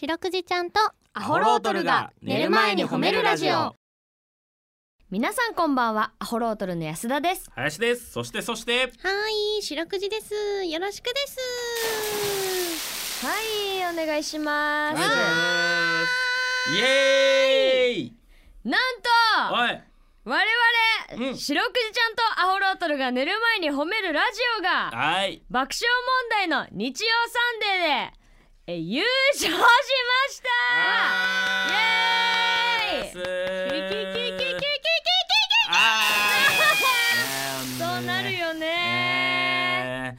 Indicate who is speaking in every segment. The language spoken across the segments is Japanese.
Speaker 1: 白くじちゃんと
Speaker 2: アホロートルが寝る前に褒めるラジオ
Speaker 3: 皆さんこんばんはアホロートルの安田です
Speaker 2: 林ですそしてそして
Speaker 1: はい白くじですよろしくです
Speaker 3: はいお願いしま
Speaker 2: お願い
Speaker 3: す
Speaker 2: しますイエーイ
Speaker 3: なんと
Speaker 2: おい
Speaker 3: 我々、
Speaker 2: うん
Speaker 3: 白くじちゃんとアホロートルが寝る前に褒めるラジオが
Speaker 2: はい
Speaker 3: 爆笑問題の日曜サンデーでえ優勝しましたイエーイ
Speaker 2: あー
Speaker 3: キキキキキキキ
Speaker 2: あー
Speaker 3: そうなるよね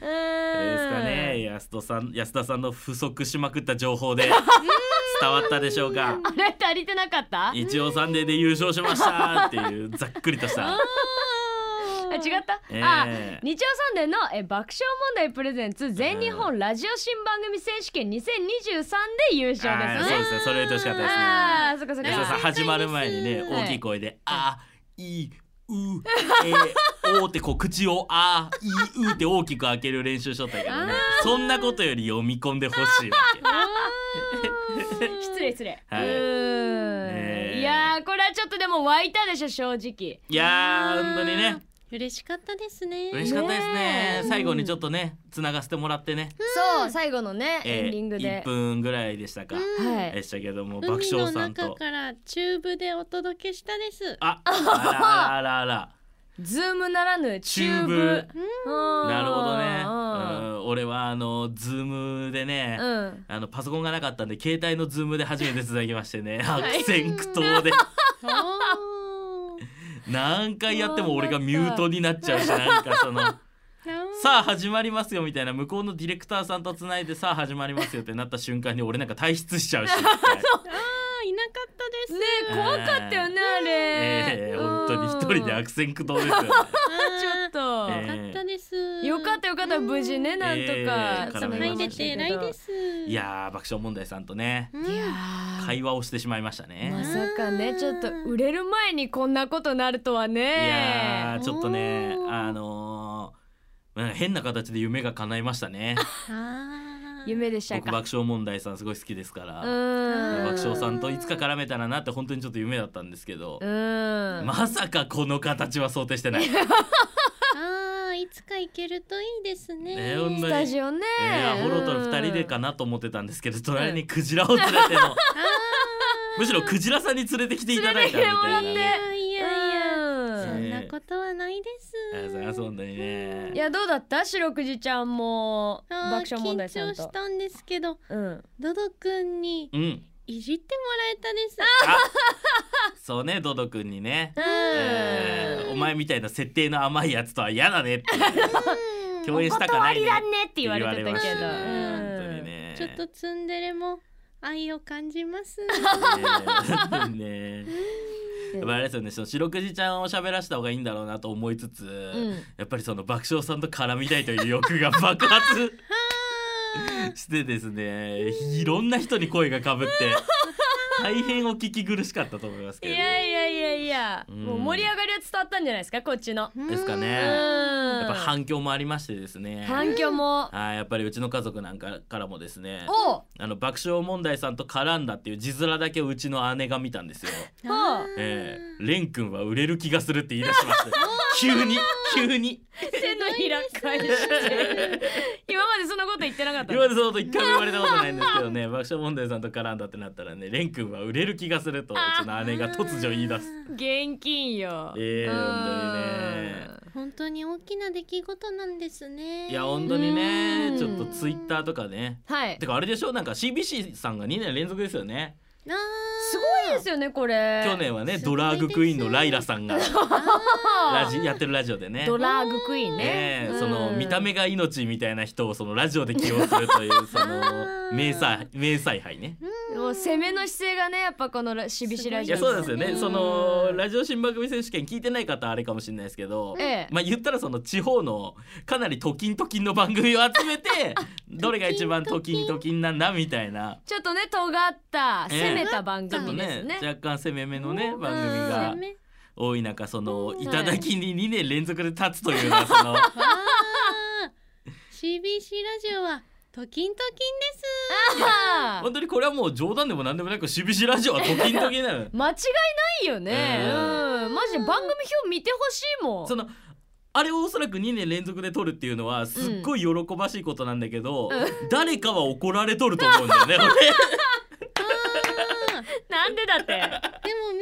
Speaker 2: ね
Speaker 3: う
Speaker 2: どう
Speaker 3: ーん
Speaker 2: ですかね安田さん安田さんの不足しまくった情報で伝わったでしょうか
Speaker 3: あれ足りてなかった
Speaker 2: 一応サンデーで優勝しましたっていうざっくりとした
Speaker 3: あ違った、
Speaker 2: えー
Speaker 3: あ日曜サンデーのえ爆笑問題プレゼンツ全日本ラジオ新番組選手権2023で優勝
Speaker 2: あ
Speaker 3: で
Speaker 2: ー
Speaker 3: す
Speaker 2: そう
Speaker 3: ね
Speaker 2: ですねそれ言ってほしかったですね
Speaker 3: あーそっかそっ
Speaker 2: 安田さん
Speaker 3: か
Speaker 1: は
Speaker 2: 始まる前にね
Speaker 3: はい
Speaker 2: 大きい声で「あいうえお」ってこう口を「あいう」って大きく開ける練習しとったけどねそんなことより読み込んでほしいわ
Speaker 3: 失礼失礼、
Speaker 2: はいう
Speaker 3: ー
Speaker 2: え
Speaker 3: ん
Speaker 2: ー
Speaker 3: いやーこれはちょっとでも湧いたでしょ正直
Speaker 2: けいやー本当にね
Speaker 1: 嬉しかったですね
Speaker 2: 嬉しかったです
Speaker 3: ね
Speaker 2: ね
Speaker 3: え
Speaker 2: 最後にちょっとねつながせてもらってね
Speaker 3: そう最後のね、エンディング
Speaker 2: 1
Speaker 3: で、
Speaker 2: 分ぐらいでしたか
Speaker 1: うん
Speaker 3: はい
Speaker 2: でしたけども爆
Speaker 1: 海の
Speaker 2: 笑さん
Speaker 1: 中
Speaker 2: と
Speaker 1: からチューブでお届けした です
Speaker 2: ああらあらあら
Speaker 3: ズームならぬ チ
Speaker 2: チ
Speaker 3: ュ
Speaker 2: ュ
Speaker 3: ー
Speaker 2: ー
Speaker 3: ブ
Speaker 2: ブ
Speaker 3: うーん
Speaker 2: なるほどね
Speaker 3: うん
Speaker 2: うん俺はあのズームでね
Speaker 3: うん
Speaker 2: あのパソコンがなかったんで携帯のズームで初めてつなぎまして ね悪戦苦闘 で
Speaker 1: おー
Speaker 2: 何回やっても俺がミュートになっちゃうし なんかその「さあ始まりますよ」みたいな向こうのディレクターさんとつないで「さあ始まりますよ」ってなった瞬間に俺なんか退出しちゃうし
Speaker 1: あいなかったです
Speaker 3: ね怖かったよねあれ、
Speaker 2: ええ本当に一人で
Speaker 3: うん
Speaker 2: 悪戦苦闘ですよね。
Speaker 3: ちょっと、
Speaker 2: えー
Speaker 1: よかったです
Speaker 3: よかったよかった無事ねなんと
Speaker 2: え
Speaker 3: か、
Speaker 2: ー
Speaker 1: ちょっ
Speaker 3: そ
Speaker 1: と
Speaker 3: の
Speaker 2: 絡め
Speaker 1: 入
Speaker 2: ま
Speaker 1: れ
Speaker 2: した
Speaker 1: て偉いです
Speaker 2: いやー爆笑問題さんとね
Speaker 1: うん
Speaker 3: いや
Speaker 2: 会話をしてしまいました
Speaker 3: ーま
Speaker 2: ね。
Speaker 3: さかねちょっと売れる前にこんなことなるとはい
Speaker 2: や
Speaker 3: ね
Speaker 2: ーちょっとね
Speaker 1: おー
Speaker 2: あのーうん変な形で夢が叶いましたね。
Speaker 1: あー
Speaker 3: 夢でした
Speaker 2: 僕
Speaker 3: か
Speaker 2: 爆笑問題さんすごい好きですから、
Speaker 3: うん
Speaker 2: 爆笑さんといつか絡めたらなって本当にちょっと夢だったんですけど
Speaker 3: う、ん、
Speaker 2: まさかこの形は想定して ない。
Speaker 1: あーいつか行けるといいですね
Speaker 2: ね本当に
Speaker 3: スタジオね、
Speaker 2: えー、アホロとの二人でかなと思ってたんですけど隣にクジラを連れて の、むしろクジラさんに連れてきていただいたみたいな、
Speaker 3: 連れ
Speaker 1: い
Speaker 3: てきてもらっ
Speaker 2: ね。
Speaker 1: やい
Speaker 3: い
Speaker 1: やいや、
Speaker 2: ん
Speaker 1: そんなことはないです。
Speaker 2: ありがとうございます本当にね
Speaker 3: いやどうだった白くじちゃんも
Speaker 1: あー
Speaker 3: 爆笑問題さん
Speaker 1: 緊張し
Speaker 3: と
Speaker 1: たんですけど、
Speaker 3: うん
Speaker 1: ドド君に
Speaker 2: うん
Speaker 1: いじってもらえたです。
Speaker 2: あそうねドド君にね、えーお前みたいな設定の甘いやつとは嫌だねって
Speaker 1: うん
Speaker 2: 共演したか
Speaker 3: 断
Speaker 2: ない
Speaker 3: り
Speaker 2: ね
Speaker 3: だねって 言
Speaker 2: 言
Speaker 3: わ
Speaker 2: わ
Speaker 3: れ
Speaker 2: れ
Speaker 3: てたけど、
Speaker 2: ましたね
Speaker 3: うん
Speaker 2: 本当にね
Speaker 1: ちょっとツンデレも愛を感じます。
Speaker 2: ね えやっぱあれですよねその白くじちゃんを喋らせた方がいいんだろうなと思いつつ、
Speaker 3: うん
Speaker 2: やっぱりその爆笑さんと絡みたいという欲が爆 発してですねいろんな人に声がかぶって大変お聞き苦しかったと思いますけ
Speaker 3: い
Speaker 2: れど
Speaker 3: やいやいやいや、
Speaker 2: うん
Speaker 3: もう盛り上がりは伝わったんじゃないですかこっちの。
Speaker 2: ですか
Speaker 3: う
Speaker 2: ね
Speaker 3: ん
Speaker 2: やっぱ反響もありましてですね
Speaker 3: 反響も。
Speaker 2: はいやっぱりうちの家族なんかからもですね
Speaker 3: お
Speaker 2: あの爆笑問題さんと絡んだっていう字面だけをうちの姉が見たんですよ。
Speaker 1: うん
Speaker 3: あー
Speaker 2: ええ、レン君は売れる気がするって言い出し ました。急に急に。
Speaker 3: 手のひら返して今までそんなこと言ってなかった
Speaker 2: 今までそのこと一回も言われたことないんですけどね、 爆笑問題さんと絡んだってなったらね、レン君は売れる気がするとうちの 姉が突如言い出す。
Speaker 3: 現金よ
Speaker 2: ええ
Speaker 3: うん
Speaker 2: 本
Speaker 1: 本当に大きな出来事なんですね。
Speaker 2: いや本当に
Speaker 3: う
Speaker 2: ね
Speaker 3: ん、
Speaker 2: ちょっとツイッターとかね。
Speaker 3: はい
Speaker 2: てかあれでしょなんか CBC さんが2年連続ですよね
Speaker 1: あー
Speaker 3: すごいですよねこれ
Speaker 2: 去年はね
Speaker 1: すご
Speaker 2: ド
Speaker 1: いです
Speaker 2: ラァグクイーンのライラさんが
Speaker 3: は
Speaker 2: ラジやってるラジオでね
Speaker 3: ドラッグクイーンね
Speaker 2: ねえその見た目が命みたいな人をそのラジオで起用するというその名采名采配ね。
Speaker 3: もう攻めの姿勢がねやっぱこのラシビシラ
Speaker 2: い
Speaker 3: ジオ
Speaker 2: やそうなんですよね。その
Speaker 3: ジ
Speaker 2: ラジオ新番組選手権聞いてない方はあれかもしれないですけど、
Speaker 3: ええ
Speaker 2: まあ言ったらその地方のかなりトキントキンの番組を集め てどれが一番トキントキンなんだみたいな。
Speaker 3: ちょっとね尖った
Speaker 2: ええ
Speaker 3: 攻めた番
Speaker 2: ちょっと
Speaker 3: 組です
Speaker 2: ね
Speaker 3: ね
Speaker 2: 若干攻め目のね番組
Speaker 1: 攻
Speaker 2: が
Speaker 1: め
Speaker 2: 多い中その
Speaker 3: ん
Speaker 2: 頂きに2年連続で立つというのはその
Speaker 1: あー CBC ラジオはトキントキンです。
Speaker 3: あー
Speaker 2: 本当にこれはもう冗談でも何でもなくしびしラジオは時々時なの
Speaker 3: 間違いないよね、
Speaker 2: う
Speaker 3: うんマジで番組表見てほしいもん
Speaker 2: そのあれをおそらく2年連続で撮るっていうのはすっごい喜ばしいことなんだけど、誰かは怒られとると思うんだよね
Speaker 3: なんでだって
Speaker 1: でも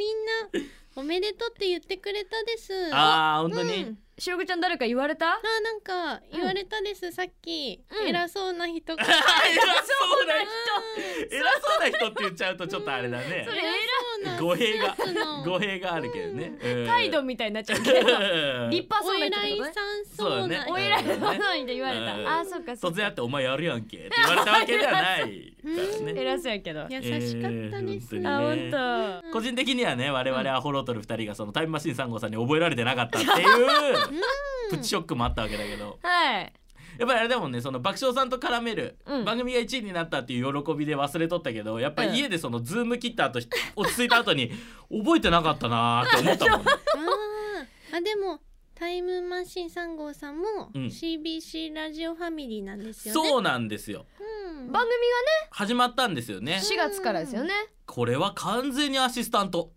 Speaker 1: みんなおめでとうって言ってくれたです。
Speaker 2: 俺ああ本当
Speaker 1: うん、
Speaker 2: に、
Speaker 3: しおぐちゃん誰か言われた
Speaker 1: あーなんか言われたです、さっき、
Speaker 3: うん
Speaker 1: 偉そうな人 が
Speaker 2: 偉そうな人偉そうな人って言っちゃうとちょっとあれだね
Speaker 3: それ
Speaker 1: 偉そうな
Speaker 2: 語弊が
Speaker 1: スーツの
Speaker 2: 語弊があるけどね、うん
Speaker 3: 態度みたいになっちゃ うけど立派
Speaker 1: お
Speaker 3: そうな人っ
Speaker 1: 偉
Speaker 3: て
Speaker 1: い
Speaker 3: こ
Speaker 1: さ
Speaker 3: とね
Speaker 1: んそうな
Speaker 2: そうだね
Speaker 3: お偉いそうな人って言われ
Speaker 2: うん
Speaker 3: たあーそっかそ
Speaker 2: 突
Speaker 3: っ
Speaker 2: 然会っ
Speaker 3: か
Speaker 2: て「お前やるやんけ」って言われたわけではないからね。
Speaker 3: 偉そうやけどあ
Speaker 1: 優しかったです、
Speaker 2: えー
Speaker 3: 本
Speaker 2: ね
Speaker 3: 当
Speaker 2: 個人的にはね我々アホロトル2人がそのタイムマシーン3号さんに覚えられてなかったっていうプチショックもあったわけだけど
Speaker 3: はい
Speaker 2: やっぱりあれだもんねその爆笑さんと絡める、
Speaker 3: うん
Speaker 2: 番組が1位になったっていう喜びで忘れとったけどやっぱ
Speaker 3: うん
Speaker 2: り家でそのズーム切った後、落ち着いた後に 覚えてなかったなーって思 ったもん、ね、
Speaker 1: あーあでもタイムマシン3号さんも
Speaker 2: うん
Speaker 1: CBC ラジオファミリーなんですよね、
Speaker 2: そうなんですよ
Speaker 1: うん
Speaker 3: 番組
Speaker 2: 始まったんですよね
Speaker 3: がね4月からですよね
Speaker 2: これは完全にアシスタント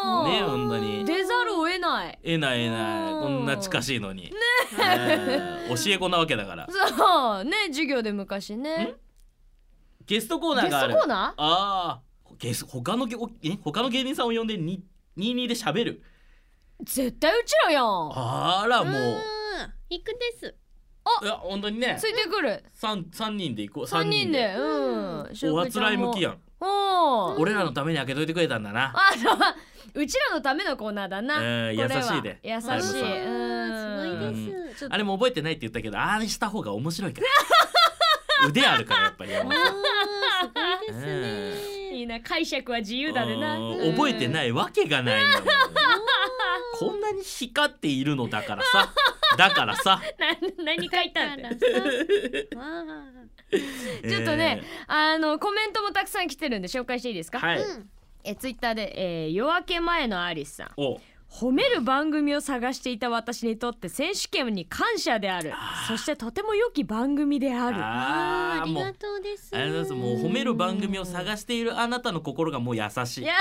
Speaker 3: お
Speaker 2: ね
Speaker 3: ー
Speaker 2: 本当に
Speaker 3: 出ざるを得ない
Speaker 2: えないえない
Speaker 3: うん
Speaker 2: こんな近しいのに、ねえ教え子なわけだから
Speaker 3: そうね授業で昔ね
Speaker 2: ゲストコーナー
Speaker 3: ゲ
Speaker 2: があ
Speaker 3: ス
Speaker 2: る
Speaker 3: トコーナー
Speaker 2: ああゲス他のげおえ他の芸人さんを呼んでに22で喋る
Speaker 3: 絶対うちらやん
Speaker 2: あらもう
Speaker 1: うん行くです
Speaker 2: いや本当にね
Speaker 3: ついてくる
Speaker 2: 三三人で行こう
Speaker 3: 三人で
Speaker 1: う
Speaker 3: うんしお
Speaker 2: お
Speaker 3: ぐ
Speaker 2: あ
Speaker 3: ち
Speaker 2: つ
Speaker 3: ゃ
Speaker 2: ら
Speaker 3: ん
Speaker 2: い
Speaker 3: も
Speaker 2: 向きやん
Speaker 3: おー
Speaker 2: 俺らのために開けといてくれたんだな
Speaker 3: あそううちらのためのコーナーだな、
Speaker 2: うん
Speaker 3: これは
Speaker 2: 優しいで
Speaker 3: 優し
Speaker 2: タイム
Speaker 3: い
Speaker 2: さん
Speaker 1: うん
Speaker 3: うん
Speaker 1: すごいです、
Speaker 2: あれも覚えてないって言ったけどあれした方が面白いから 腕あるからやっぱり山
Speaker 1: あ
Speaker 2: 本さん
Speaker 1: ーすごいです
Speaker 3: い
Speaker 1: ね
Speaker 3: いな解釈は自由だでな
Speaker 2: うん覚えてないいわけがないん だもんこんなに光っているのだからさだから さ
Speaker 3: な何書いたんだ
Speaker 1: あら
Speaker 3: よ
Speaker 1: さ
Speaker 2: ち
Speaker 3: ょっとねあのコメントもたくさん来てるんで紹介していいですか、
Speaker 2: はい、
Speaker 1: うん
Speaker 3: えツイッターで、えー夜明け前のアリスさん
Speaker 2: お
Speaker 3: 褒める番組を探していた私にとって選手権に感謝であるそしてとても良き番組である
Speaker 2: あ
Speaker 1: あ
Speaker 2: あ
Speaker 1: り
Speaker 2: もう
Speaker 1: がとうです
Speaker 2: ありがとうございますもう褒める番組を探しているあなたの心がもう優しい
Speaker 3: いや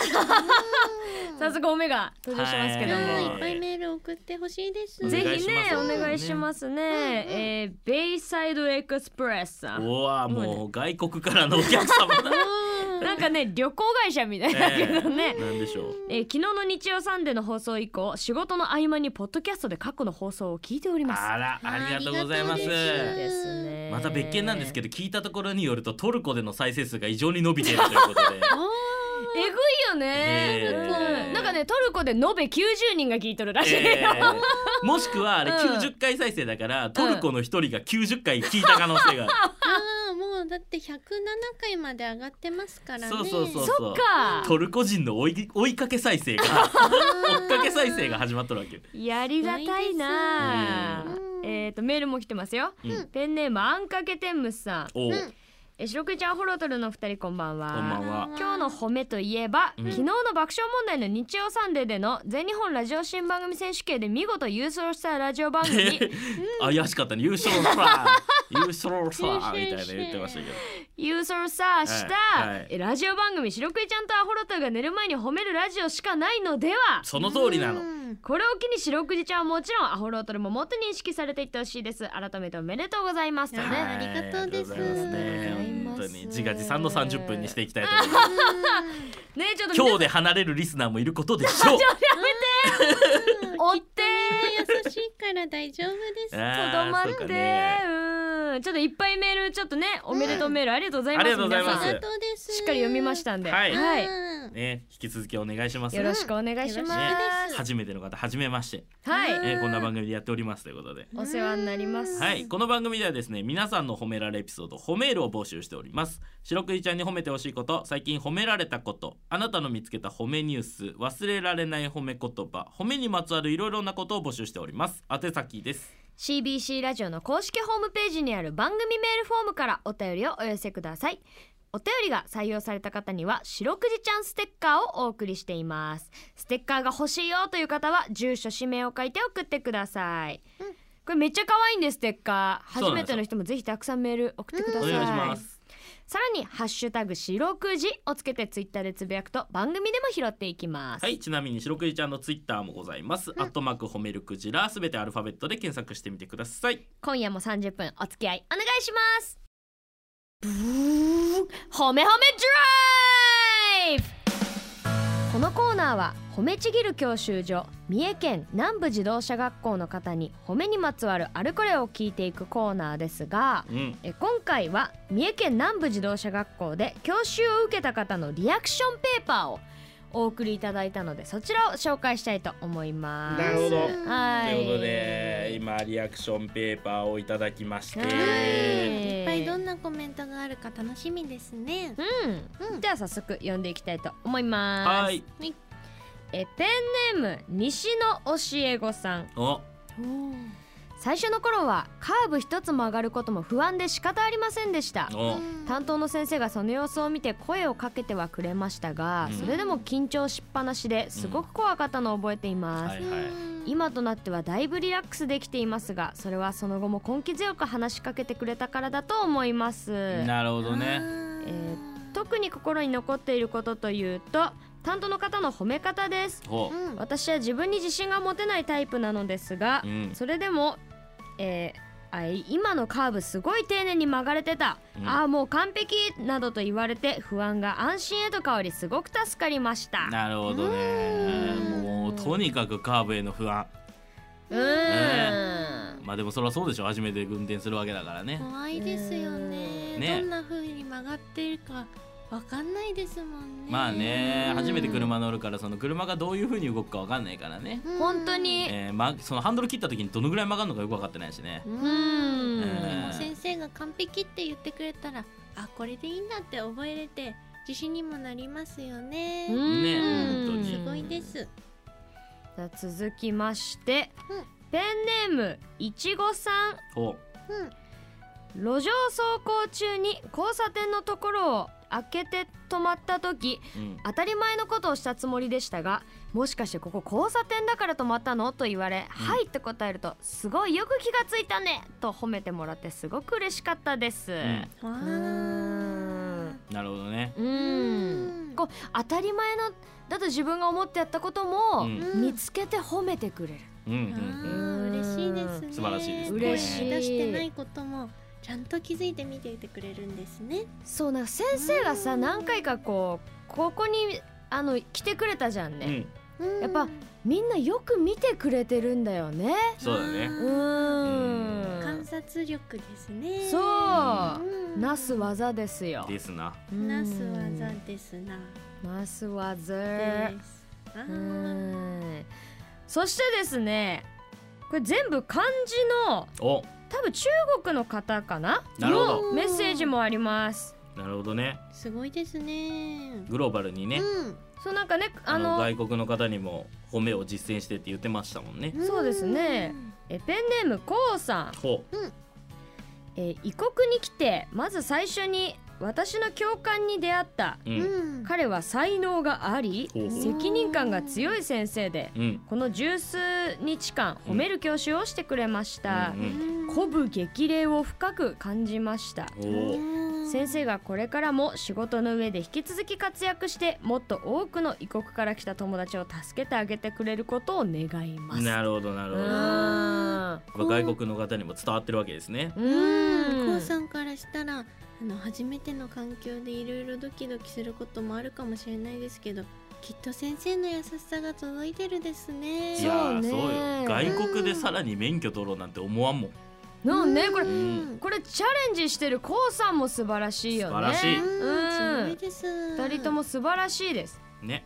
Speaker 3: 早速お目が登場しますけども、
Speaker 2: は
Speaker 1: うんいっぱいメール送ってほしいです
Speaker 3: ぜひねお
Speaker 2: お
Speaker 3: 願
Speaker 2: 願
Speaker 3: い
Speaker 2: い
Speaker 3: し
Speaker 2: し
Speaker 3: ま
Speaker 2: ます
Speaker 3: ね、えーベイサイドエクスプレスさん
Speaker 2: おわもう外国からのお客 様だ
Speaker 3: なんかね旅行会社みたいだけどね、
Speaker 2: なんでしょう
Speaker 3: えー昨日の日曜サンデーの放送以降仕事の合間にポッドキャストで過去の放送を聞いております
Speaker 2: あらありがとうございま
Speaker 1: あ
Speaker 2: す
Speaker 1: りがとうござい
Speaker 3: ですね
Speaker 2: また別件なんですけ
Speaker 3: ど
Speaker 2: ど聞いたところによるとトルコでの再生数が異常に伸びているということ で
Speaker 3: えぐいよね、
Speaker 2: えー
Speaker 3: うんなんかねトルコで延べ90人が聞いとるらしいよ、
Speaker 2: えーもしくはあれ
Speaker 3: うん
Speaker 2: 90回再生だから、トルコの一人が90回聞いた可能性が ある、
Speaker 1: ああもうだって107回まで上がってますからね。
Speaker 2: そうそうそう
Speaker 3: そっか
Speaker 2: トルコ人の追い追いかけ再生が追っかけ再生が始まっとるわけよ
Speaker 3: やりがたいな
Speaker 1: な
Speaker 3: あ
Speaker 1: いですうん
Speaker 3: えっ、とメールも来てますよ、
Speaker 2: うん
Speaker 3: ペンネームあんかけてんむすさん
Speaker 2: おう、
Speaker 1: うん
Speaker 3: えー白くちゃんホロトルのお二人こんばんは
Speaker 2: こんばんは
Speaker 3: 今日の褒めといえば、
Speaker 2: うん
Speaker 3: 昨日の爆笑問題の日曜サンデーでの全日本ラジオ新番組選手権で見事優勝したラジオ番 組
Speaker 2: 怪しかったね優勝さ優勝 さみたいな言ってましたけど
Speaker 3: 優勝さした、
Speaker 2: はいはい
Speaker 3: えーラジオ番組白くちゃんとアホロトルが寝る前に褒めるラジオしかないのでは
Speaker 2: その通りなの
Speaker 1: うん
Speaker 3: これを機に白くじちゃんはもちろんアホロトルももっと認識されていってほしいです改めておめでとうございますと
Speaker 1: はい
Speaker 3: ね
Speaker 1: ありがとうです
Speaker 2: ありがとうございますね本当に自画自賛の30分にしていきたいと思います
Speaker 3: ねちょっ と
Speaker 2: 今
Speaker 3: 皆
Speaker 2: 日で離れるリスナーもいることでし ょう
Speaker 1: うん
Speaker 3: 追って
Speaker 1: 優しいから大丈夫です。
Speaker 2: あ
Speaker 3: と
Speaker 2: ー
Speaker 3: どまっ
Speaker 2: そ
Speaker 3: て
Speaker 2: う
Speaker 3: う
Speaker 2: かね
Speaker 3: んちょっといっぱいメールちょっとねおめでとうメールありがとうございます、
Speaker 2: ありがとうござい
Speaker 1: あ
Speaker 2: ま
Speaker 3: 皆さ
Speaker 1: りが
Speaker 2: す
Speaker 1: とうです。。
Speaker 3: んしっかり読みましたたんでは
Speaker 2: はい
Speaker 1: うん
Speaker 2: ね引き続きお願いします
Speaker 3: よろしくお願いします、
Speaker 2: 初めての方初めまして、
Speaker 3: はい、
Speaker 1: うん
Speaker 2: えーこんな番組でやっておりますということで
Speaker 3: お世話になります
Speaker 2: はいこの番組ではですね皆さんの褒められエピソード褒めールを募集しております白くじちゃんに褒めてほしいこと最近褒められたことあなたの見つけた褒めニュース忘れられない褒め言葉褒めにまつわるいろいろなことを募集しております宛先です
Speaker 3: CBC ラジオの公式ホームページにある番組メールフォームからお便りをお寄せくださいお便りが採用された方には白くじちゃんステッカーをお送りしていますステッカーが欲しいよという方は住所氏名を書いて送ってください、これめっちゃ可愛いんですステッカー
Speaker 2: そう
Speaker 3: 初
Speaker 2: なん
Speaker 3: め
Speaker 2: ですよ
Speaker 3: ての人もぜひたくさんメール送ってくだ
Speaker 2: お
Speaker 3: さい
Speaker 2: 願いします
Speaker 3: さらにハッシュタグ白くじをつけてツイッターでつぶやくと番組でも拾っていきます
Speaker 2: はいちなみに白くじちゃんのツイッターもございます、アットマーク褒めるクジラすべてアルファベットで検索してみてください
Speaker 3: 今夜も30分お付き合いお願いしますブーン褒め褒めドライブこのコーナーは褒めちぎる教習所三重県南部自動車学校の方に褒めにまつわるあれこれを聞いていくコーナーですが
Speaker 2: うん
Speaker 3: え今回は三重県南部自動車学校で教習を受けた方のリアクションペーパーをお送りいただいたのでそちらを紹介したいと思います。
Speaker 2: なるほど
Speaker 3: はい、
Speaker 2: ということで今リアクションペーパーをいただきまして、
Speaker 3: はい
Speaker 1: いっぱいどんなコメントがあるか楽しみですね。
Speaker 3: うん、
Speaker 1: うん
Speaker 3: では早速読んでいきたいと思います。
Speaker 2: はい
Speaker 3: えペンネーム西野教え子さん
Speaker 2: お
Speaker 3: 最初の頃はカーブ一つ曲がることも不安で仕方ありませんでした
Speaker 2: お
Speaker 3: 担当の先生がその様子を見て声をかけてはくれましたが、
Speaker 2: うん
Speaker 3: それでも緊張しっぱなしですごく怖かったのを覚えています、
Speaker 2: はいはい
Speaker 3: 今となってはだいぶリラックスできていますがそれはその後も根気強く話しかけてくれたからだと思います
Speaker 2: なるほどね
Speaker 3: え特に心に残っていることというと担当の方の褒め方です
Speaker 2: お
Speaker 1: うん
Speaker 3: 私は自分に自信が持てないタイプなのですが
Speaker 2: う、ん
Speaker 3: それでも、えーあい今のカーブすごい丁寧に曲がれてた、
Speaker 2: うん
Speaker 3: ああもう完璧などと言われて不安が安心へと変わりすごく助かりました
Speaker 2: なるほどね
Speaker 3: うん
Speaker 2: もうとにかくカーブへの不安
Speaker 3: うーん
Speaker 2: まあでもそれはそうでしょ初めて運転するわけだからね
Speaker 1: 怖いですよね。
Speaker 2: ね
Speaker 1: どんな風に曲がってるかわかんないですもんね。
Speaker 2: まあね
Speaker 3: うん
Speaker 2: 初めて車乗るからその車がどういう風に動くかわかんないからね
Speaker 1: うん
Speaker 3: 本当。に
Speaker 2: えーまそのハンドル切った時にどのぐらい曲がるのかよく分かってないしね
Speaker 1: う
Speaker 3: うーん
Speaker 1: ん。で
Speaker 2: え
Speaker 1: も先生が完璧って言ってくれたら、あこれでいいんだって覚えれて自信にもなりますよね。
Speaker 3: うーん
Speaker 2: ね本当に
Speaker 1: すごいです。
Speaker 3: じゃあ続きまして、
Speaker 1: うん
Speaker 3: ペンネームいちごさん
Speaker 2: ほ
Speaker 1: うん。
Speaker 3: 路上走行中に交差点のところを開けて止まった時
Speaker 2: う、うん、
Speaker 3: 当たり前のことをしたつもりでしたがもしかしてここ交差点だから止まったのと言われ「
Speaker 2: うん
Speaker 3: はい」って答えると「すごいよく気がついたね」と褒めてもらってすごく嬉しかったです。
Speaker 2: ん
Speaker 1: わ
Speaker 3: う
Speaker 1: あ
Speaker 3: ーん
Speaker 2: なるほどね
Speaker 3: うーんこう当たり前のだと自分が思ってやったことも、
Speaker 2: うん
Speaker 1: うん
Speaker 3: 見つけて褒めてくれる。
Speaker 2: うんうんうん
Speaker 1: あー嬉しいですね。
Speaker 2: 素晴らしいですね
Speaker 3: 嬉しい
Speaker 1: 声出してないこともちゃんと気づいて見ていてくれるんですね。
Speaker 3: そうなんか先生がさ
Speaker 1: うん
Speaker 3: 何回かこうここにあの来てくれたじゃん
Speaker 2: う
Speaker 3: ね、
Speaker 2: ん
Speaker 1: うん
Speaker 3: やっぱみんなよく見てくれてるんだよね
Speaker 2: そうだね
Speaker 3: う
Speaker 2: ー
Speaker 3: ー
Speaker 1: 観
Speaker 3: ん
Speaker 1: 察力ですね。
Speaker 3: そう
Speaker 1: うん
Speaker 3: なす。技ですよ
Speaker 2: ですな
Speaker 3: うん
Speaker 1: なす技ですな。
Speaker 3: なす技
Speaker 1: です。あ
Speaker 3: う
Speaker 1: ー
Speaker 3: ーんそしてですねこれ全部漢字の
Speaker 2: お
Speaker 3: 多分中国の方かな
Speaker 2: なるほど
Speaker 3: のメッセージもあります
Speaker 2: なるほどね
Speaker 1: すごいですね。
Speaker 2: グローバルにね、
Speaker 3: そうなんかねあ
Speaker 2: あの
Speaker 3: の
Speaker 2: 外国の方にも褒めを実践してって言ってましたもんね
Speaker 1: う。ん
Speaker 3: そうですね。えペンネームこうさん
Speaker 2: ほ
Speaker 3: えー異国に来てまず最初に私の教官に出会った
Speaker 2: う、う、
Speaker 1: うんん。
Speaker 3: 彼は才能があり
Speaker 2: ほうほう
Speaker 3: 責任感が強い先生で
Speaker 2: うん、
Speaker 3: この十数日間褒める教習をしてくれました
Speaker 2: うん
Speaker 1: うん
Speaker 3: 鼓舞激励を深く感じました
Speaker 2: おお、
Speaker 3: 先生がこれからも仕事の上で引き続き活躍してもっと多くの異国から来た友達を助けてあげてくれることを願います
Speaker 2: なるほどなる
Speaker 3: う
Speaker 2: ほど。
Speaker 3: ーん
Speaker 2: まあ外国の方にも伝わってるわけですね。
Speaker 3: う
Speaker 1: うん、
Speaker 3: ー
Speaker 1: こ
Speaker 3: ん
Speaker 1: うさんからしたらあの初めての環境でいろいろドキドキすることもあるかもしれないですけどきっと先生の優しさが届いてるですね。
Speaker 2: いやー
Speaker 3: そ
Speaker 2: そうう
Speaker 3: ね
Speaker 2: よ。外国でさらに免許取ろうなんて思わんもん。
Speaker 3: なんねこれ
Speaker 1: うん
Speaker 3: これチャレンジしてるこうさんも素晴らしいよ
Speaker 2: 素
Speaker 3: ね
Speaker 2: 晴らしい
Speaker 1: うん
Speaker 3: う
Speaker 1: すごい
Speaker 3: ん
Speaker 1: です。
Speaker 3: 二人とも素晴らしいです
Speaker 2: ね。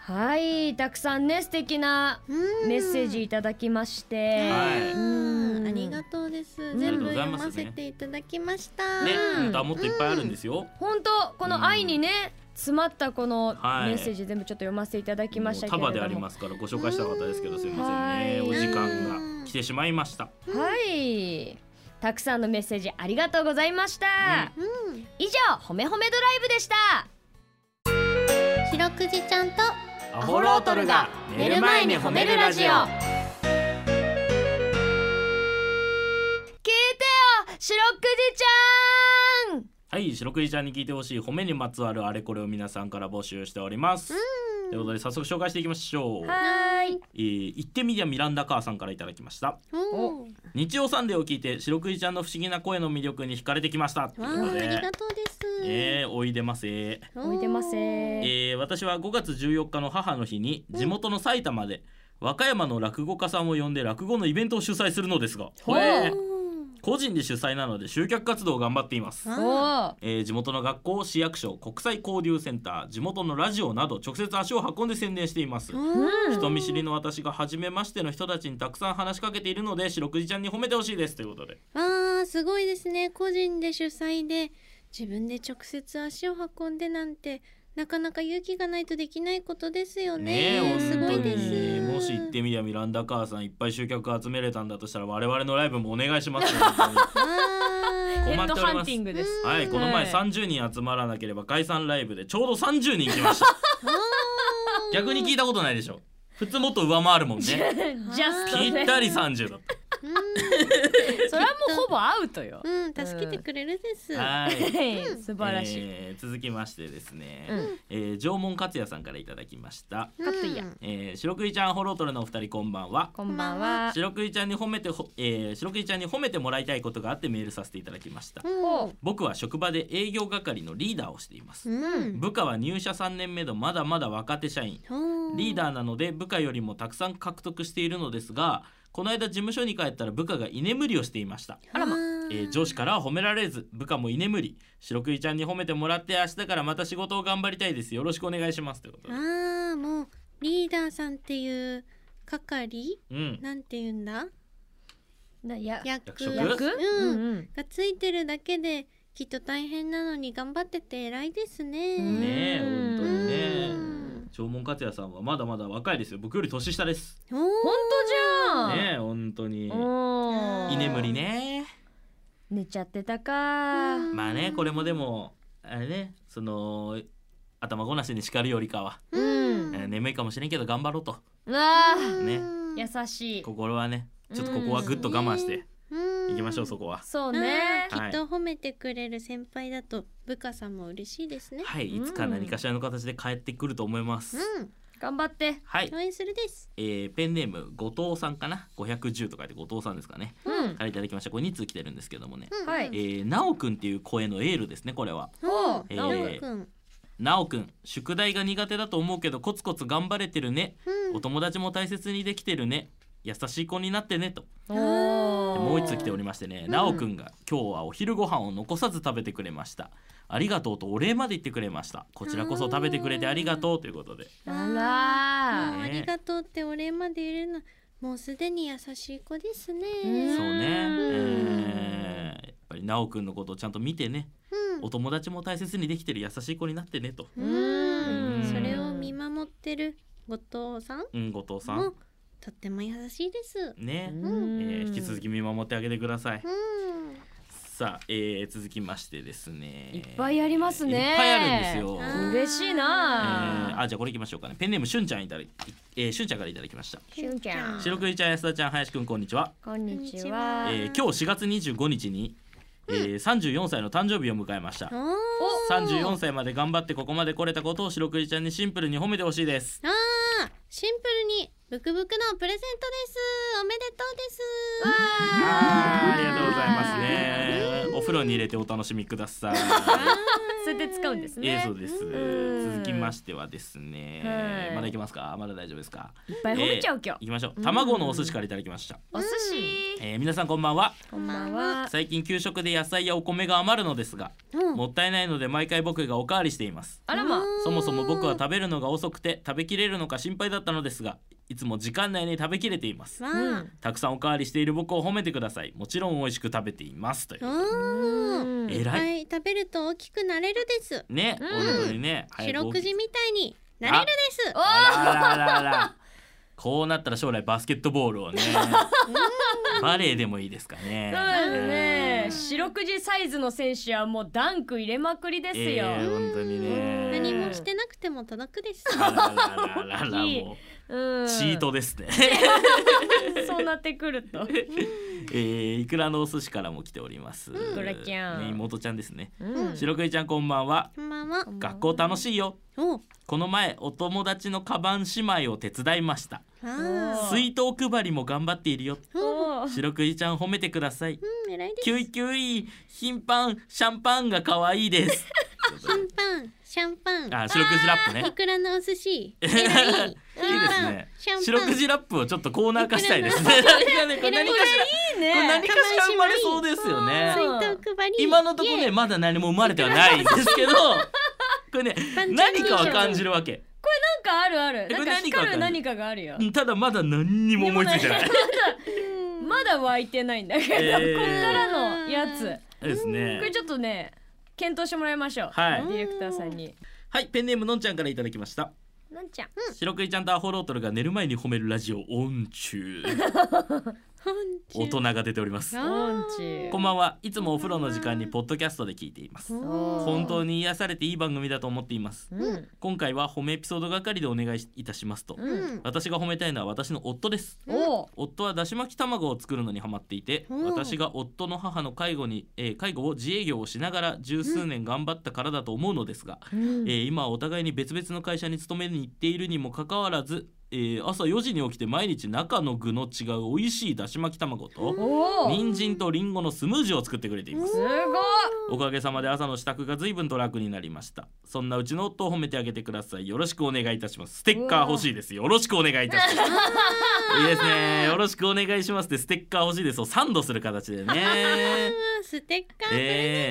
Speaker 3: はいたくさんね素敵な
Speaker 1: うん
Speaker 3: メッセージいただきまして、
Speaker 2: はい
Speaker 1: うん
Speaker 3: うん
Speaker 1: ありがとうです。
Speaker 3: ん
Speaker 1: 全部
Speaker 2: ありが
Speaker 1: 読
Speaker 2: とうご
Speaker 1: ま
Speaker 2: ざいますね
Speaker 1: せていただきました。
Speaker 2: ね
Speaker 3: うん。
Speaker 2: またもっといっぱいあるんですよ。
Speaker 3: 本当この愛にね、詰まったこのメ
Speaker 2: はい
Speaker 3: ッセージ全部ちょっと読ませていただきましたけれども、
Speaker 2: もう束でありますからご紹介したかったですけどすいませんね。
Speaker 3: うん
Speaker 2: お
Speaker 1: は
Speaker 2: 時
Speaker 1: い
Speaker 2: 間が来てしまいました。
Speaker 3: はいたくさんのメッセージありがとうございました、
Speaker 1: うん。
Speaker 3: 以上褒め褒めドライブでした
Speaker 1: 白くじちゃんと
Speaker 2: ア
Speaker 3: ホロートルが寝る前に褒めるラジオ白くじちゃん
Speaker 2: はい白くじちゃんに聞いてほしい褒めにまつわるあれこれを皆さんから募集しておりますということで早速紹介していきましょう、
Speaker 3: はーい
Speaker 2: えー行ってみりゃミランダ母さんからいただきました
Speaker 1: おー
Speaker 2: 日曜サンデーを聞いて白くじちゃんの不思議な声の魅力に惹かれてきましたとい
Speaker 1: わ
Speaker 2: うこと
Speaker 1: あ、あり
Speaker 2: で
Speaker 1: がとうです。
Speaker 2: えー、おいでませ
Speaker 1: おー
Speaker 3: おいでませー
Speaker 2: えー私は5月14日の母の日に地元の埼玉で和歌山の落語家さんを呼んで落語のイベントを主催するのですが、
Speaker 3: ほう
Speaker 2: えー
Speaker 1: お
Speaker 2: 個人で主催なので集客活動を頑張っています
Speaker 1: ー。
Speaker 3: お
Speaker 2: えー地元の学校市役所国際交流センター地元のラジオなど直接足を運んで宣伝しています
Speaker 3: うん
Speaker 2: 人見知りの私が初めましての人たちにたくさん話しかけているので白くじちゃんに褒めてほしいですということで
Speaker 1: わあすごいですね個人で主催で自分で直接足を運んでなんてなかなか勇気がないとできないことですよね
Speaker 2: え
Speaker 1: すご
Speaker 2: 本当
Speaker 1: い
Speaker 2: に
Speaker 1: です
Speaker 2: もし行ってみりゃミランダ母さんいっぱい集客集めれたんだとしたら我々のライブもお願い しますよ本当に
Speaker 1: わあ
Speaker 2: 困
Speaker 3: ヘッ
Speaker 2: ってお
Speaker 3: ド
Speaker 2: ります
Speaker 3: ハンティングです
Speaker 2: はい、この前
Speaker 3: はい
Speaker 2: 30人集まらなければ解散ライブでちょうど30人来ました逆に聞いたことないでしょ普通もっと上回 るもん
Speaker 3: ジ
Speaker 2: ね
Speaker 3: ャスト
Speaker 2: ぴ
Speaker 3: ね
Speaker 2: ったり30だっ
Speaker 3: それはもうほぼアウトよ
Speaker 1: うん、うん、助けてくれるです、
Speaker 2: たはい
Speaker 3: 素晴らしい
Speaker 2: えー続きましてですね、
Speaker 3: うん
Speaker 2: えー縄文克也さんからいただきました、
Speaker 1: うん、
Speaker 3: カットイヤ
Speaker 2: えー、白クイちゃんホロトルのお二人こんばんは
Speaker 3: こんばんは
Speaker 2: 白クイちゃんに褒めてほ、えー、白クイちゃんに褒めてもらいたいことがあってメールさせていただきました
Speaker 1: うん
Speaker 2: 僕は職場で営業係のリーダーをしています
Speaker 1: うん
Speaker 2: 部下は入社3年目のまだまだ若手社員リーダーなので部下よりもたくさん獲得しているのですがこの間事務所に帰ったら部下が居眠りをしていました、
Speaker 1: あらま、
Speaker 2: えー上司からは褒められず部下も居眠り白クイちゃんに褒めてもらって明日からまた仕事を頑張りたいですよろしくお願いしますということで
Speaker 1: あーもうリーダーさんっていう係
Speaker 2: うん
Speaker 1: なんて言うんだ
Speaker 3: ないや
Speaker 1: 役
Speaker 2: 役職
Speaker 3: 役
Speaker 1: うん、
Speaker 3: うん
Speaker 1: がついてるだけできっと大変なのに頑張ってて偉いですね。
Speaker 3: うん
Speaker 2: ねえ
Speaker 3: うん
Speaker 2: 本当にね
Speaker 1: うん
Speaker 2: 縄文克也さんはまだまだ若いですよ僕より年下です
Speaker 1: お
Speaker 3: 本当じゃん
Speaker 2: ねえ本当に
Speaker 3: おー
Speaker 2: 居眠りね
Speaker 3: 寝ちゃってたか
Speaker 1: うん
Speaker 2: まあねこれもでもあれねその頭ごなしに叱るよりかは、
Speaker 1: ーうん
Speaker 2: えー眠いかもしれんけど頑張ろうと
Speaker 3: うわ
Speaker 1: う
Speaker 3: ー
Speaker 1: ん
Speaker 2: ね
Speaker 3: 優しい
Speaker 2: 心はねちょっとここはぐっと我慢して
Speaker 1: うん
Speaker 2: いきましょうそこは。
Speaker 3: そう
Speaker 1: う
Speaker 3: ね
Speaker 1: ね。きっと褒めてくれる先輩だと部下さんも嬉しいですね。
Speaker 2: はいいつか何かしらの形で帰ってくると思います。
Speaker 1: う
Speaker 3: 頑張って
Speaker 2: はい
Speaker 1: ん、応、援するです。
Speaker 2: えーペンネーム後藤さんかな510と書いて後藤さんですかね
Speaker 3: うん
Speaker 2: からいただきましたこれ2通来てるんですけどもね、
Speaker 1: うん
Speaker 3: はい
Speaker 2: えー、なおくんっていう声のエールですねこれは
Speaker 1: おう、
Speaker 2: えー
Speaker 1: なおくん。
Speaker 2: なおくん宿題が苦手だと思うけどコツコツ頑張れてるね
Speaker 1: うん
Speaker 2: お友達も大切にできてるね優しい子になってねと
Speaker 3: お
Speaker 2: で
Speaker 3: ー
Speaker 2: もう一つ来ておりましてね、
Speaker 1: ん
Speaker 2: なおくんが今日はお昼ご飯を残さず食べてくれました。ありがとうとお礼まで言ってくれました。こちらこそ食べてくれてありがとうということで。
Speaker 3: あ
Speaker 1: もう
Speaker 2: ね
Speaker 1: ありがとうってお礼まで言えるの、もうすでに優しい子ですね。
Speaker 3: うん
Speaker 2: そうね、
Speaker 3: ん
Speaker 2: えーやっぱりなおくんのことをちゃんと見てね、お友達も大切にできてる優しい子になってねと。
Speaker 1: う、
Speaker 3: うん
Speaker 2: うん
Speaker 1: それを見守ってる後藤さん
Speaker 2: うん、後藤さ
Speaker 1: も
Speaker 2: ん。
Speaker 1: とっても優しいです。
Speaker 3: ら
Speaker 2: ね、え
Speaker 3: ー
Speaker 2: ー引き続き見守ってあげてください。
Speaker 1: うん。
Speaker 2: さあ、えー続きましてですね。
Speaker 3: いっぱいありますね
Speaker 2: いっぱいあるんですよ。
Speaker 1: あー
Speaker 3: 嬉しい
Speaker 2: えー
Speaker 3: な
Speaker 2: あじゃあこれいきましょうかねペンネームしゅんちゃんいただき、えーしゅんちゃんからいただきました
Speaker 3: しゅんちゃん
Speaker 2: 白くじちゃん安田ちゃん林くんこんにちは、
Speaker 3: こんにち
Speaker 1: こん
Speaker 3: は
Speaker 1: にちは
Speaker 2: えー今日4月25日に、えー34歳の誕生日を迎えました
Speaker 1: おー
Speaker 3: お
Speaker 2: 34歳まで頑張ってここまで来れたことを白くじちゃんにシンプルに褒めてほしいです
Speaker 1: あーシンプルにブクブクのプレゼントですおめでとうです
Speaker 2: ありがとうございますねお風呂に入れてお楽しみくだ さい
Speaker 3: それで使うんです
Speaker 2: えー
Speaker 3: ね
Speaker 2: そうです
Speaker 3: ん
Speaker 2: 続きましてはですね
Speaker 3: はい
Speaker 2: まだいきますかまだ大丈夫ですか
Speaker 3: いっぱい褒めちゃう今
Speaker 2: い
Speaker 3: 日
Speaker 2: きましょう卵のお寿司からいただきました
Speaker 3: お寿司
Speaker 2: えー皆さんこんばんは
Speaker 3: こんばんは
Speaker 2: 最近給食で野菜やお米が余るのですが
Speaker 1: うん
Speaker 2: もったいないので毎回僕がおかわりしています
Speaker 3: あらま
Speaker 2: そもそも僕は食べるのが遅くて食べきれるのか心配だったのですがいつも時間内に食べきれています
Speaker 1: わ
Speaker 3: う
Speaker 1: あ
Speaker 3: ん
Speaker 2: たくさんおかわりしている僕を褒めてくださいもちろん美味しく食べていますといううん
Speaker 3: うん
Speaker 2: えら
Speaker 1: はいい食べると大きくなれるです
Speaker 2: ね
Speaker 3: うん
Speaker 2: 本当にね早く
Speaker 1: 白
Speaker 2: 大
Speaker 1: く
Speaker 2: き
Speaker 1: じ
Speaker 2: く
Speaker 1: みたいになれるです
Speaker 2: あらあらあらこうなったら将来バスケットボールをねバレーでもいいですかね
Speaker 3: そうですね
Speaker 2: えー
Speaker 3: 四六時サイズの選手はもうダンク入れまくりですよ
Speaker 2: えー本当にね
Speaker 1: 何もしてなくても届くです。
Speaker 2: あらららららも
Speaker 3: う
Speaker 2: うんチートですね。
Speaker 3: そうなってくると
Speaker 2: えー、いくらのお寿司からも来ております。
Speaker 3: んいくらちゃん
Speaker 2: ね妹ちゃんですね。
Speaker 3: うん
Speaker 2: 白くじちゃんこんばんは。
Speaker 1: こんばんは。
Speaker 2: 学校楽しいよ。
Speaker 1: お、あ
Speaker 2: この前お友達のカバン姉妹を手伝いました。
Speaker 1: あ
Speaker 3: スイ
Speaker 2: 水筒配りも頑張っているよ。
Speaker 1: ー。お、
Speaker 3: おー
Speaker 2: 白くじちゃん褒めてください。
Speaker 1: うん、偉いです。
Speaker 2: キュイキュイ頻繁シャンパンが可愛 いです。
Speaker 1: シャンパン、シャンパン。
Speaker 2: あ、白くじラップね。
Speaker 1: いくらのお寿司。
Speaker 2: いい
Speaker 1: 偉い。
Speaker 2: ですね
Speaker 1: シャンパン。
Speaker 2: 白くじラップをちょっとコーナー化したいですね。なんかねこれ何かしら、こ
Speaker 3: いい
Speaker 2: れ何
Speaker 3: ね
Speaker 2: かしら生まれそうですよね。
Speaker 1: 水筒配り。
Speaker 2: 今のとこ
Speaker 1: イ
Speaker 2: ろ
Speaker 1: エ
Speaker 2: ね
Speaker 1: ーイ。
Speaker 2: まだ何も生まれてはないんですけどこ れね
Speaker 1: 番
Speaker 2: 何かは感じるわけ
Speaker 3: なんかあるある
Speaker 2: えこれ
Speaker 3: なんか光る何
Speaker 2: 何
Speaker 3: かがあるよ
Speaker 2: ただまだ何にも思いついてない
Speaker 3: まだ湧いてないんだけど、
Speaker 2: えー
Speaker 3: こっからのやつ
Speaker 2: ですね
Speaker 3: これちょっとね検討してもらいましょう、
Speaker 2: はい
Speaker 3: ディレクターさんに
Speaker 2: はいペンネームのんちゃんからいただきました
Speaker 3: なんちゃん
Speaker 2: 白クイちゃんとアホロートルが寝る前に褒めるラジオ音 中大人が出ております
Speaker 1: あ
Speaker 3: オン
Speaker 1: ー
Speaker 3: チ
Speaker 2: こんばんはいつもお風呂の時間にポッドキャストで聞いています
Speaker 3: おー
Speaker 2: 本当に癒されていい番組だと思っています
Speaker 3: うん
Speaker 2: 今回は褒めエピソード係でお願いいたしますと
Speaker 3: う
Speaker 1: うん。
Speaker 2: 私が褒めたいのは私の夫です
Speaker 3: おー
Speaker 2: 夫はだし巻き卵を作るのにハマっていて
Speaker 1: うん
Speaker 2: 私が夫の母の介護に、えー介護を自営業をしながら十数年頑張ったからだと思うのですが、
Speaker 3: うん
Speaker 2: えー今はお互いに別々の会社に勤めに行っているにもかかわらず、えー朝4時に起きて毎日中の具の違う美味しいだし巻き卵と
Speaker 3: おー
Speaker 2: 人参とリンゴのスムージーを作ってくれていますす。
Speaker 3: ごい
Speaker 2: おかげさまで朝の支度が随分と楽になりましたそんなうちの夫を褒めてあげてくださいよろしくお願いいたしますステッカー欲しいですよろしくお願いいたしますいいですねよろしくお願いしますでステッカー欲しいですをサンドする形 でね
Speaker 1: あステッカープレ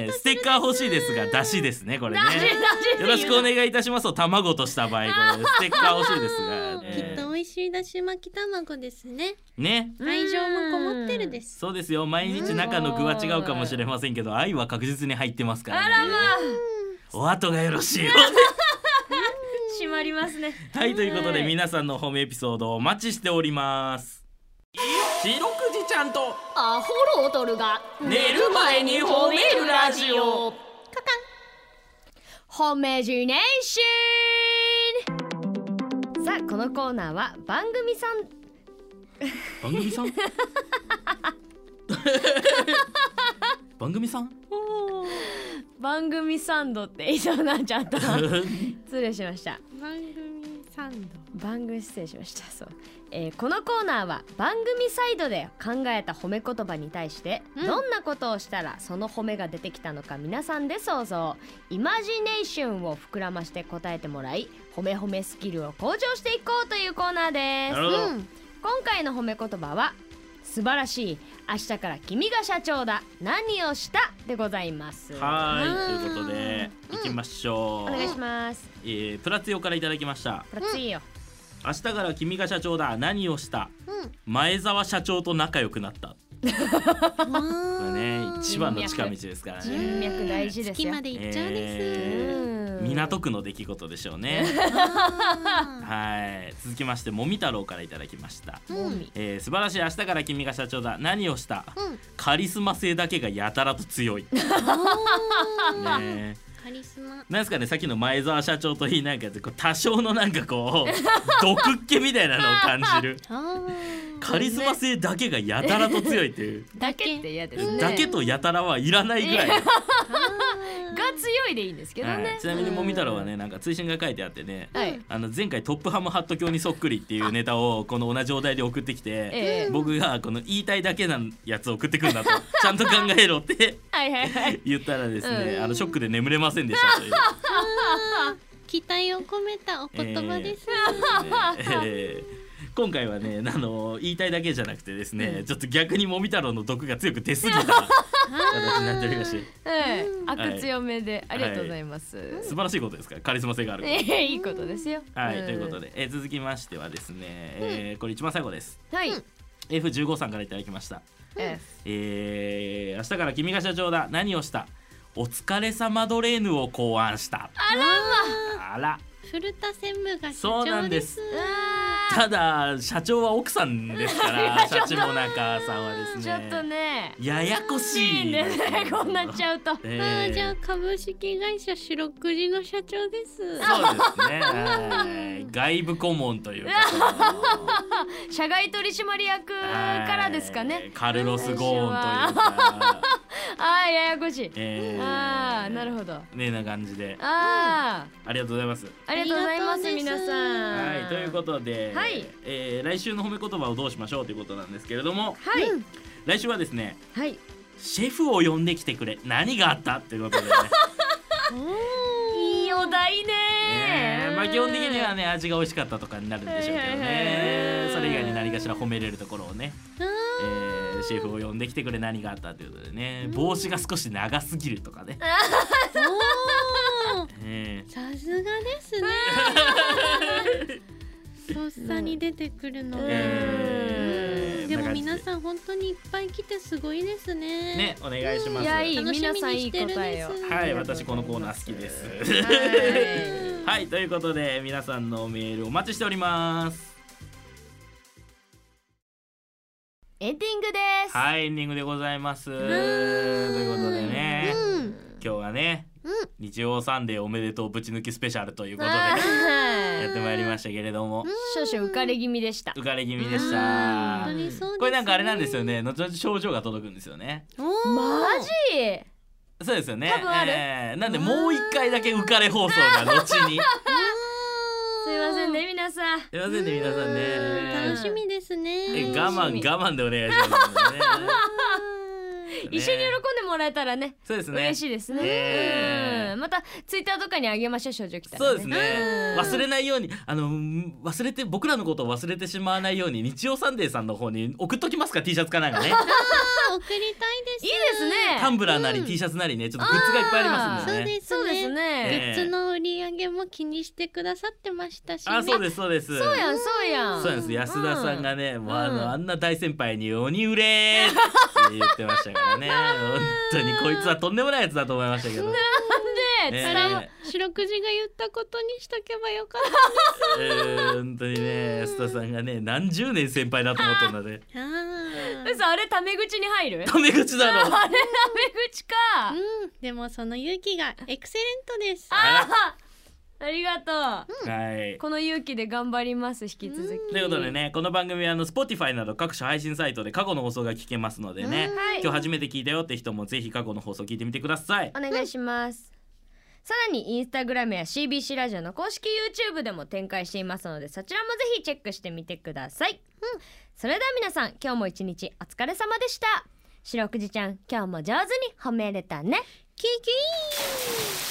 Speaker 2: えー、ステッカー欲しいですが出汁ですねこれね
Speaker 3: ダジダジ
Speaker 2: よろしくお願いいたしますを卵とした場合これステッカー欲しいですが、
Speaker 1: ゼント。きっ
Speaker 2: え
Speaker 1: と
Speaker 2: ー
Speaker 1: 美味しいだし巻き卵ですね。
Speaker 2: ね
Speaker 1: 愛情もこもってるですす。
Speaker 2: そうですよ毎日中の具は違うかもしれませんけど愛は確実に入ってますから
Speaker 3: あら
Speaker 2: ね
Speaker 3: まあ
Speaker 2: お後がよろしいよ
Speaker 3: 閉まりますね
Speaker 2: はいということで
Speaker 3: はい
Speaker 2: 皆さんのホームエピソードをお待ちしております白くじちゃんと
Speaker 3: アホロートルが
Speaker 2: 寝る前に褒めるラジオ
Speaker 3: ホメジネーションさあこのコーナーは番組さん
Speaker 2: 番組さん番組さ ん
Speaker 3: 番組サンドって言いそうになっちゃった失礼しました
Speaker 1: 番組サンド。
Speaker 3: 番組失礼しました そう、えーこのコーナーは番組サイドで考えた褒め言葉に対して、
Speaker 1: うん
Speaker 3: どんなことをしたらその褒めが出てきたのか皆さんで想像イマジネーションを膨らまして答えてもらい褒め褒めスキルを向上していこうというコーナーで
Speaker 2: な
Speaker 3: す
Speaker 2: るほど
Speaker 1: うん。
Speaker 3: 今回の褒め言葉は素晴らしい明日から君が社長だ何をしたでございます
Speaker 2: は
Speaker 1: う
Speaker 2: い
Speaker 1: ん
Speaker 2: ということで
Speaker 1: うん
Speaker 2: 行きましょう、
Speaker 3: お願いします
Speaker 2: えープラツヨからいただきました
Speaker 3: これ次よ
Speaker 2: 明日から君が社長だ何をした
Speaker 1: うん。
Speaker 2: 前澤社長と仲良くなったこれね
Speaker 1: わー
Speaker 2: 一番の近道ですから
Speaker 3: 人脈
Speaker 2: ね
Speaker 3: 脈大事ですよ
Speaker 1: 月まで行っちゃうです。
Speaker 2: え
Speaker 3: うん
Speaker 2: 港区の出来事でしょ うね
Speaker 1: あ
Speaker 2: はい続きましてもみ太郎からいただきました、
Speaker 1: ー
Speaker 3: も
Speaker 1: う
Speaker 3: み
Speaker 1: ん。
Speaker 2: えー素晴らしい明日から君が社長だ何をした
Speaker 1: うん。
Speaker 2: カリスマ性だけがやたらと強い、ね
Speaker 1: あー
Speaker 2: え、
Speaker 1: カリスマ。
Speaker 2: なんですかねさっきの前澤社長といいなんかこう多少のなんかこ う毒っ気みたいなのを感じる
Speaker 1: あ
Speaker 2: カリスマ性だけがやたらと強いっていう、
Speaker 3: だけって嫌ですね
Speaker 2: だけとやたらはいらないぐらい、
Speaker 3: が強いでいいんですけどね、
Speaker 2: はいちなみにもみ太郎はねなんか追伸が書いてあってね
Speaker 3: はい
Speaker 2: あの前回トップハムハット教にそっくりっていうネタをこの同じお題で送ってきて、
Speaker 3: ええ
Speaker 2: 僕がこの言いたいだけなやつを送ってくるん だとちゃんと考えろって
Speaker 3: はいはいはい
Speaker 2: 言ったらですね、
Speaker 3: うん
Speaker 2: あのショックで眠れませんでした という。
Speaker 1: あー期待を込めたお言葉です。
Speaker 2: えー今回はね、あの言いたいだけじゃなくてですね、ちょっと逆にもみ太郎の毒が強く出すぎた形になっておりまして
Speaker 3: はい
Speaker 2: はい
Speaker 3: 悪強めで ありがとうございます、
Speaker 2: 素晴らしいことですからカリスマ性があること
Speaker 3: ええ いいことですよ
Speaker 2: はい、
Speaker 3: ん
Speaker 2: ということで、えー続きましてはですね、えーこれ一番最後です
Speaker 3: はい、
Speaker 1: うん
Speaker 2: F15 さんからいただきました
Speaker 3: え
Speaker 2: えー明日から君が社長だ何をしたお疲れ様ドレーヌを考案した
Speaker 1: あらま。
Speaker 2: あら
Speaker 1: 古田専務が社
Speaker 2: そうな
Speaker 1: 長
Speaker 2: んで
Speaker 1: ですす。
Speaker 3: えうわ
Speaker 2: ただ社長は奥さんですから 社長も中さんはですね
Speaker 3: ちょっとね
Speaker 2: ややこしい
Speaker 3: ね こうなっち
Speaker 2: う、
Speaker 3: ゃうと
Speaker 2: え
Speaker 1: あー
Speaker 2: ー
Speaker 1: じゃあ株式会社白くじの社長です
Speaker 2: そうですねはい外部顧問というかその
Speaker 3: 社外取締役 からですか
Speaker 2: はい
Speaker 3: ね
Speaker 2: カルロス・ゴーンというか、
Speaker 3: あーややこしい
Speaker 2: えー
Speaker 3: あーなるほど
Speaker 2: ねえな感じで
Speaker 3: あ
Speaker 2: ありがとうございます
Speaker 3: ーありがとうございます
Speaker 1: ありがとう
Speaker 3: 皆
Speaker 1: です
Speaker 3: さん
Speaker 2: はいということで、
Speaker 3: はい
Speaker 2: えー来週の褒め言葉をどうしましょうということなんですけれども
Speaker 3: はい
Speaker 1: うん
Speaker 2: 来週はですね
Speaker 3: はい
Speaker 2: シェフを呼んできてくれ何があったっていうことでね
Speaker 3: いいお題ね
Speaker 2: ねえまあ基本的にはね味が美味しかったとかになるんでしょうけど
Speaker 3: はいはいは
Speaker 2: ね
Speaker 3: い
Speaker 2: それ以外に何かしら褒めれるところをね、
Speaker 1: あー
Speaker 2: えーシェフを呼んできてくれ何があったということでね帽子が少し長すぎるとかね、
Speaker 1: おー
Speaker 2: えー
Speaker 1: さすがです ねとっさに出てくるのが、
Speaker 2: えー
Speaker 1: で
Speaker 2: こんな
Speaker 1: も
Speaker 2: 感じ
Speaker 1: 皆さん本当にいっぱい来てすごいですね
Speaker 2: ねお願いします
Speaker 3: いやいい
Speaker 1: 楽しみ
Speaker 3: 皆
Speaker 1: に
Speaker 3: さんいい
Speaker 1: してるん
Speaker 3: 答え
Speaker 1: で
Speaker 3: を
Speaker 1: す
Speaker 2: は
Speaker 3: あ
Speaker 2: い
Speaker 3: りがとうございます
Speaker 2: 私このコーナー好きです
Speaker 3: は
Speaker 2: は
Speaker 3: い
Speaker 2: いということで皆さんのメールお待ちしております
Speaker 3: エンディングです
Speaker 2: はいエンディングでございますと
Speaker 1: ーん
Speaker 2: いうことでね
Speaker 1: うん
Speaker 2: 今日はね
Speaker 1: うん
Speaker 2: 日曜サンデーおめでとうぶち抜きスペシャルということで
Speaker 3: あ
Speaker 2: やって
Speaker 3: ー
Speaker 2: まいりましたけれども
Speaker 3: 少々浮かれ気味でした
Speaker 2: 浮かれ気味でし
Speaker 1: 本
Speaker 2: た
Speaker 1: 当にそうですね
Speaker 2: これなんかあれなんですよね後々症状が届くんですよね
Speaker 1: おー
Speaker 3: マジ
Speaker 2: そうですよね
Speaker 3: 多分ある
Speaker 2: えーなんでもう一回だけ浮かれ放送が後に
Speaker 3: すいませんね皆さん
Speaker 2: すいませんね皆さん
Speaker 1: うん
Speaker 2: ね
Speaker 1: 楽しみです
Speaker 2: え
Speaker 1: ね
Speaker 2: 我慢
Speaker 3: 楽しみ
Speaker 2: 我慢でお願いしますね
Speaker 1: うん
Speaker 3: 一緒に喜んでもらえたらね
Speaker 2: そうですね
Speaker 3: 嬉しいですね、
Speaker 2: ええ
Speaker 3: うんまたツイッターとかにあげましょう少女来たら、
Speaker 2: そうですね
Speaker 3: うん
Speaker 2: 忘れないようにあのうん忘れて僕らのことを忘れてしまわないように日曜サンデーさんの方に送っときますか T シャツかなんかね
Speaker 1: あ送りたいです
Speaker 3: いいですね
Speaker 2: タンブラーなり
Speaker 1: うん
Speaker 2: T シャツなりねちょっとグッズがいっぱいありますん
Speaker 1: そ
Speaker 2: で
Speaker 1: う
Speaker 2: ね
Speaker 1: です
Speaker 3: そうで
Speaker 1: ね
Speaker 2: え
Speaker 3: すね
Speaker 2: え
Speaker 1: グッズの売り上げも気にしてくださってましたしね
Speaker 2: あそうですそうです
Speaker 3: そうやんそうやん
Speaker 2: そうなんです安田さんがね、もうあ
Speaker 3: うん
Speaker 2: のあんな大先輩に「鬼売れ!」って言ってましたからね本当にこいつはとんでもないやつだと思いましたけど、ね
Speaker 3: で、
Speaker 2: え
Speaker 1: あ
Speaker 2: ー
Speaker 1: れ白くじが言ったことにしとけばよかっ
Speaker 2: 本当にね安田さんがね何十年先輩だと思ったので
Speaker 1: たあー
Speaker 3: 嘘あれタメ口に入る
Speaker 2: タメ口だろう
Speaker 3: あれタメ口かあ
Speaker 1: うん、でもその勇気がエクセレントです。
Speaker 3: あーありがとう、
Speaker 2: はい
Speaker 3: この勇気で頑張ります引き続き、
Speaker 2: ということでねこの番組はあの Spotify など各種配信サイトで過去の放送が聞けますのでね、
Speaker 3: はい
Speaker 2: 今日初めて聞いたよって人もぜひ過去の放送聞いてみてください
Speaker 3: お願いします、さらにインスタグラムや CBC ラジオの公式 YouTube でも展開していますのでそちらもぜひチェックしてみてください、それでは皆さん今日も一日お疲れ様でした白くじちゃん今日も上手に褒めれたね
Speaker 1: キーキー